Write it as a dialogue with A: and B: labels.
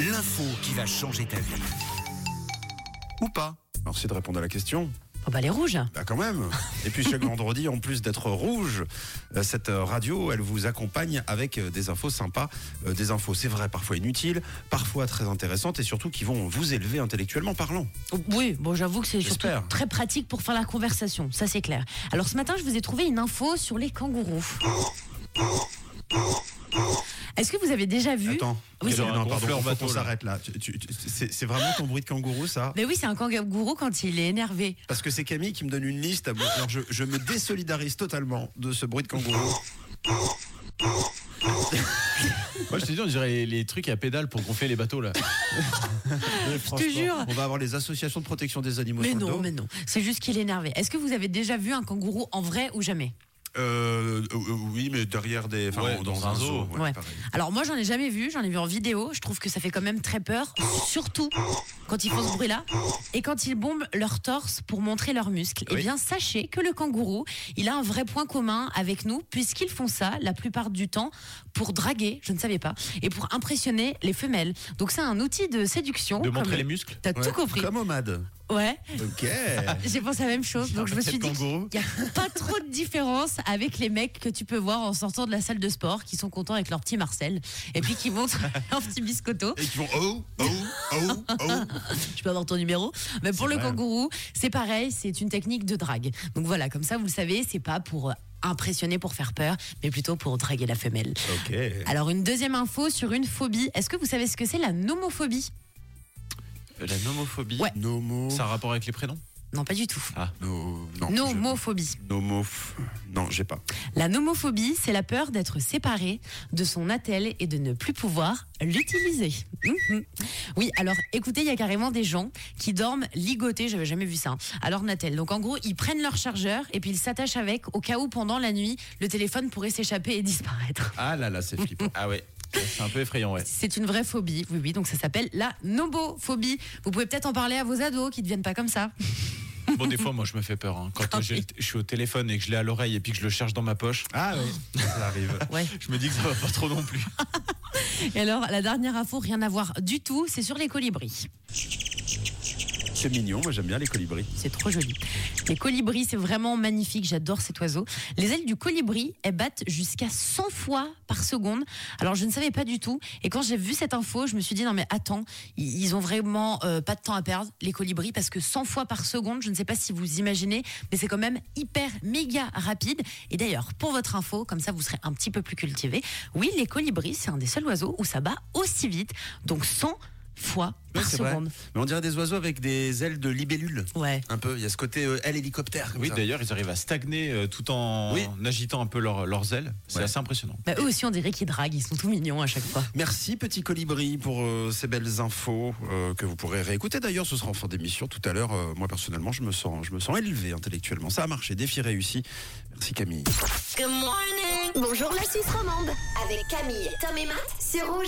A: L'info qui va changer ta vie. Ou pas
B: Merci de répondre à la question.
C: Oh bah les rouges.
B: Bah quand même. Et puis chaque vendredi, en plus d'être rouge, euh, cette euh, radio, elle vous accompagne avec euh, des infos sympas, euh, des infos, c'est vrai, parfois inutiles, parfois très intéressantes et surtout qui vont vous élever intellectuellement parlant.
C: Oui, bon j'avoue que c'est surtout
B: J'espère.
C: très pratique pour faire la conversation, ça c'est clair. Alors ce matin, je vous ai trouvé une info sur les kangourous. Est-ce que vous avez déjà vu
B: Attends.
C: Oui, c'est
B: non,
C: vrai.
B: non, pardon,
D: Gonfleur
B: faut
D: bateau,
B: qu'on
D: là.
B: s'arrête là. Tu- tu- tu- C'est c'est vraiment ton bruit de kangourou ça
C: Mais oui, c'est un kangourou quand il est énervé.
B: Parce que c'est Camille qui me donne une liste. à moi. Alors je, je me désolidarise totalement de ce bruit de kangourou.
D: Moi, je te dis, on dirait les, les trucs à pédale pour gonfler les bateaux, là.
B: Je
C: jure.
B: On va avoir les associations de protection des animaux
C: Mais
B: sur le
C: non,
B: dos.
C: mais non. C'est juste qu'il est énervé. Est-ce que vous avez déjà vu un kangourou en vrai ou jamais
B: Euh, euh, oui, mais derrière des. enfin,
D: Ouais,
B: bon,
D: dans un zoo.
B: ouais,
C: Ouais.
B: pareil.
C: Alors moi, j'en ai jamais vu. J'en ai vu en vidéo. Je trouve que ça fait quand même très peur, surtout quand ils font ce bruit-là et quand ils bombent leur torse pour montrer leurs muscles. Eh
B: Oui.
C: bien, sachez que le kangourou, il a un vrai point commun avec nous puisqu'ils font ça la plupart du temps pour draguer. Je ne savais pas et pour impressionner les femelles. Donc c'est un outil de séduction.
D: De montrer
C: comme-
D: les muscles.
C: T'as tout
B: Ouais.
C: compris.
B: Comme Omad.
C: Ouais.
B: Ok.
C: J'ai pensé à la même chose, donc je me suis dit
D: kangourou.
C: qu'il n'y a pas trop de différence avec les mecs que tu peux voir en sortant de la salle de sport, qui sont contents avec leur petit Marcel, et puis qui montrent leur petit biscotto.
B: Et qui vont oh, oh, oh, oh.
C: Je peux avoir ton numéro. Mais pour
B: C'est
C: le
B: vrai.
C: kangourou, c'est pareil, c'est une technique de drague. Donc voilà, comme ça, vous le savez, c'est pas pour euh, impressionner, pour faire peur, mais plutôt pour draguer la femelle.
B: Ok.
C: Alors une deuxième info sur une phobie. Est-ce que vous savez ce que c'est la nomophobie
D: La nomophobie.
C: Ouais.
B: Nomo.
D: Ça a un rapport avec les prénoms
C: Non, pas du tout.
B: No- non. je-
C: Nomophobie.
B: Nomof. Non, j'ai pas.
C: La nomophobie, c'est la peur d'être séparé de son attel et de ne plus pouvoir l'utiliser. Mhm. Oui, alors écoutez, il y a carrément des gens qui dorment ligotés, j'avais jamais vu ça. hein. Alors Natel, donc en gros, ils prennent leur chargeur et puis ils s'attachent avec au cas où pendant la nuit, le téléphone pourrait s'échapper et disparaître.
D: Ah là là, c'est flippant. Ah ouais. C'est un peu effrayant, ouais.
C: C'est une vraie phobie, oui oui, donc ça s'appelle la nomophobie. Vous pouvez peut-être en parler à vos ados qui ne deviennent pas comme ça.
D: Bon, des fois, moi, je me fais peur. hein. Quand
C: Ah
D: euh, j'ai le- je suis au téléphone et que je l'ai à l'oreille et puis que je le cherche dans ma poche,
B: Ah oui. Ça arrive.
C: Ouais.
D: je me dis que ça va pas trop non plus.
C: Et alors, la dernière info, rien à voir du tout, c'est sur les colibris.
B: C'est mignon. Moi, j'aime bien les colibris.
C: C'est trop joli. Les colibris, c'est vraiment magnifique. J'adore cet oiseau. Les ailes du colibri, elles battent jusqu'à 100 fois par seconde. Alors, je ne savais pas du tout. Et quand j'ai vu cette info, je me suis dit, non, mais attends, ils ils ont vraiment euh, pas de temps à perdre, les colibris, parce que 100 fois par seconde, je ne sais pas si vous imaginez, mais c'est quand même hyper, méga rapide. Et d'ailleurs, pour votre info, comme ça, vous serez un petit peu plus cultivé. Oui, les colibris, c'est un des seuls oiseaux où ça bat aussi vite. Donc, 100 fois
B: Ouais,
C: par
B: c'est vrai.
C: seconde.
B: Mais on dirait des oiseaux avec des ailes de libellule.
C: Ouais.
B: Un peu. Il y a ce côté euh, aile hélicoptère. Comme
D: Oui,
B: ça.
D: d'ailleurs, ils arrivent à stagner euh, tout en
B: Oui.
D: agitant un peu leur- leurs ailes. C'est
B: Ouais.
D: assez impressionnant.
C: Bah, eux aussi, on dirait qu'ils draguent. Ils sont tout mignons à chaque fois.
B: Merci petit colibri pour euh, ces belles infos euh, que vous pourrez réécouter d'ailleurs ce sera en fin d'émission tout à l'heure euh, moi personnellement je me sens je me sens élevé intellectuellement ça a marché défi réussi merci Camille
E: Bonjour la Suisse romande avec Camille, Tom et Matt sur Rouge.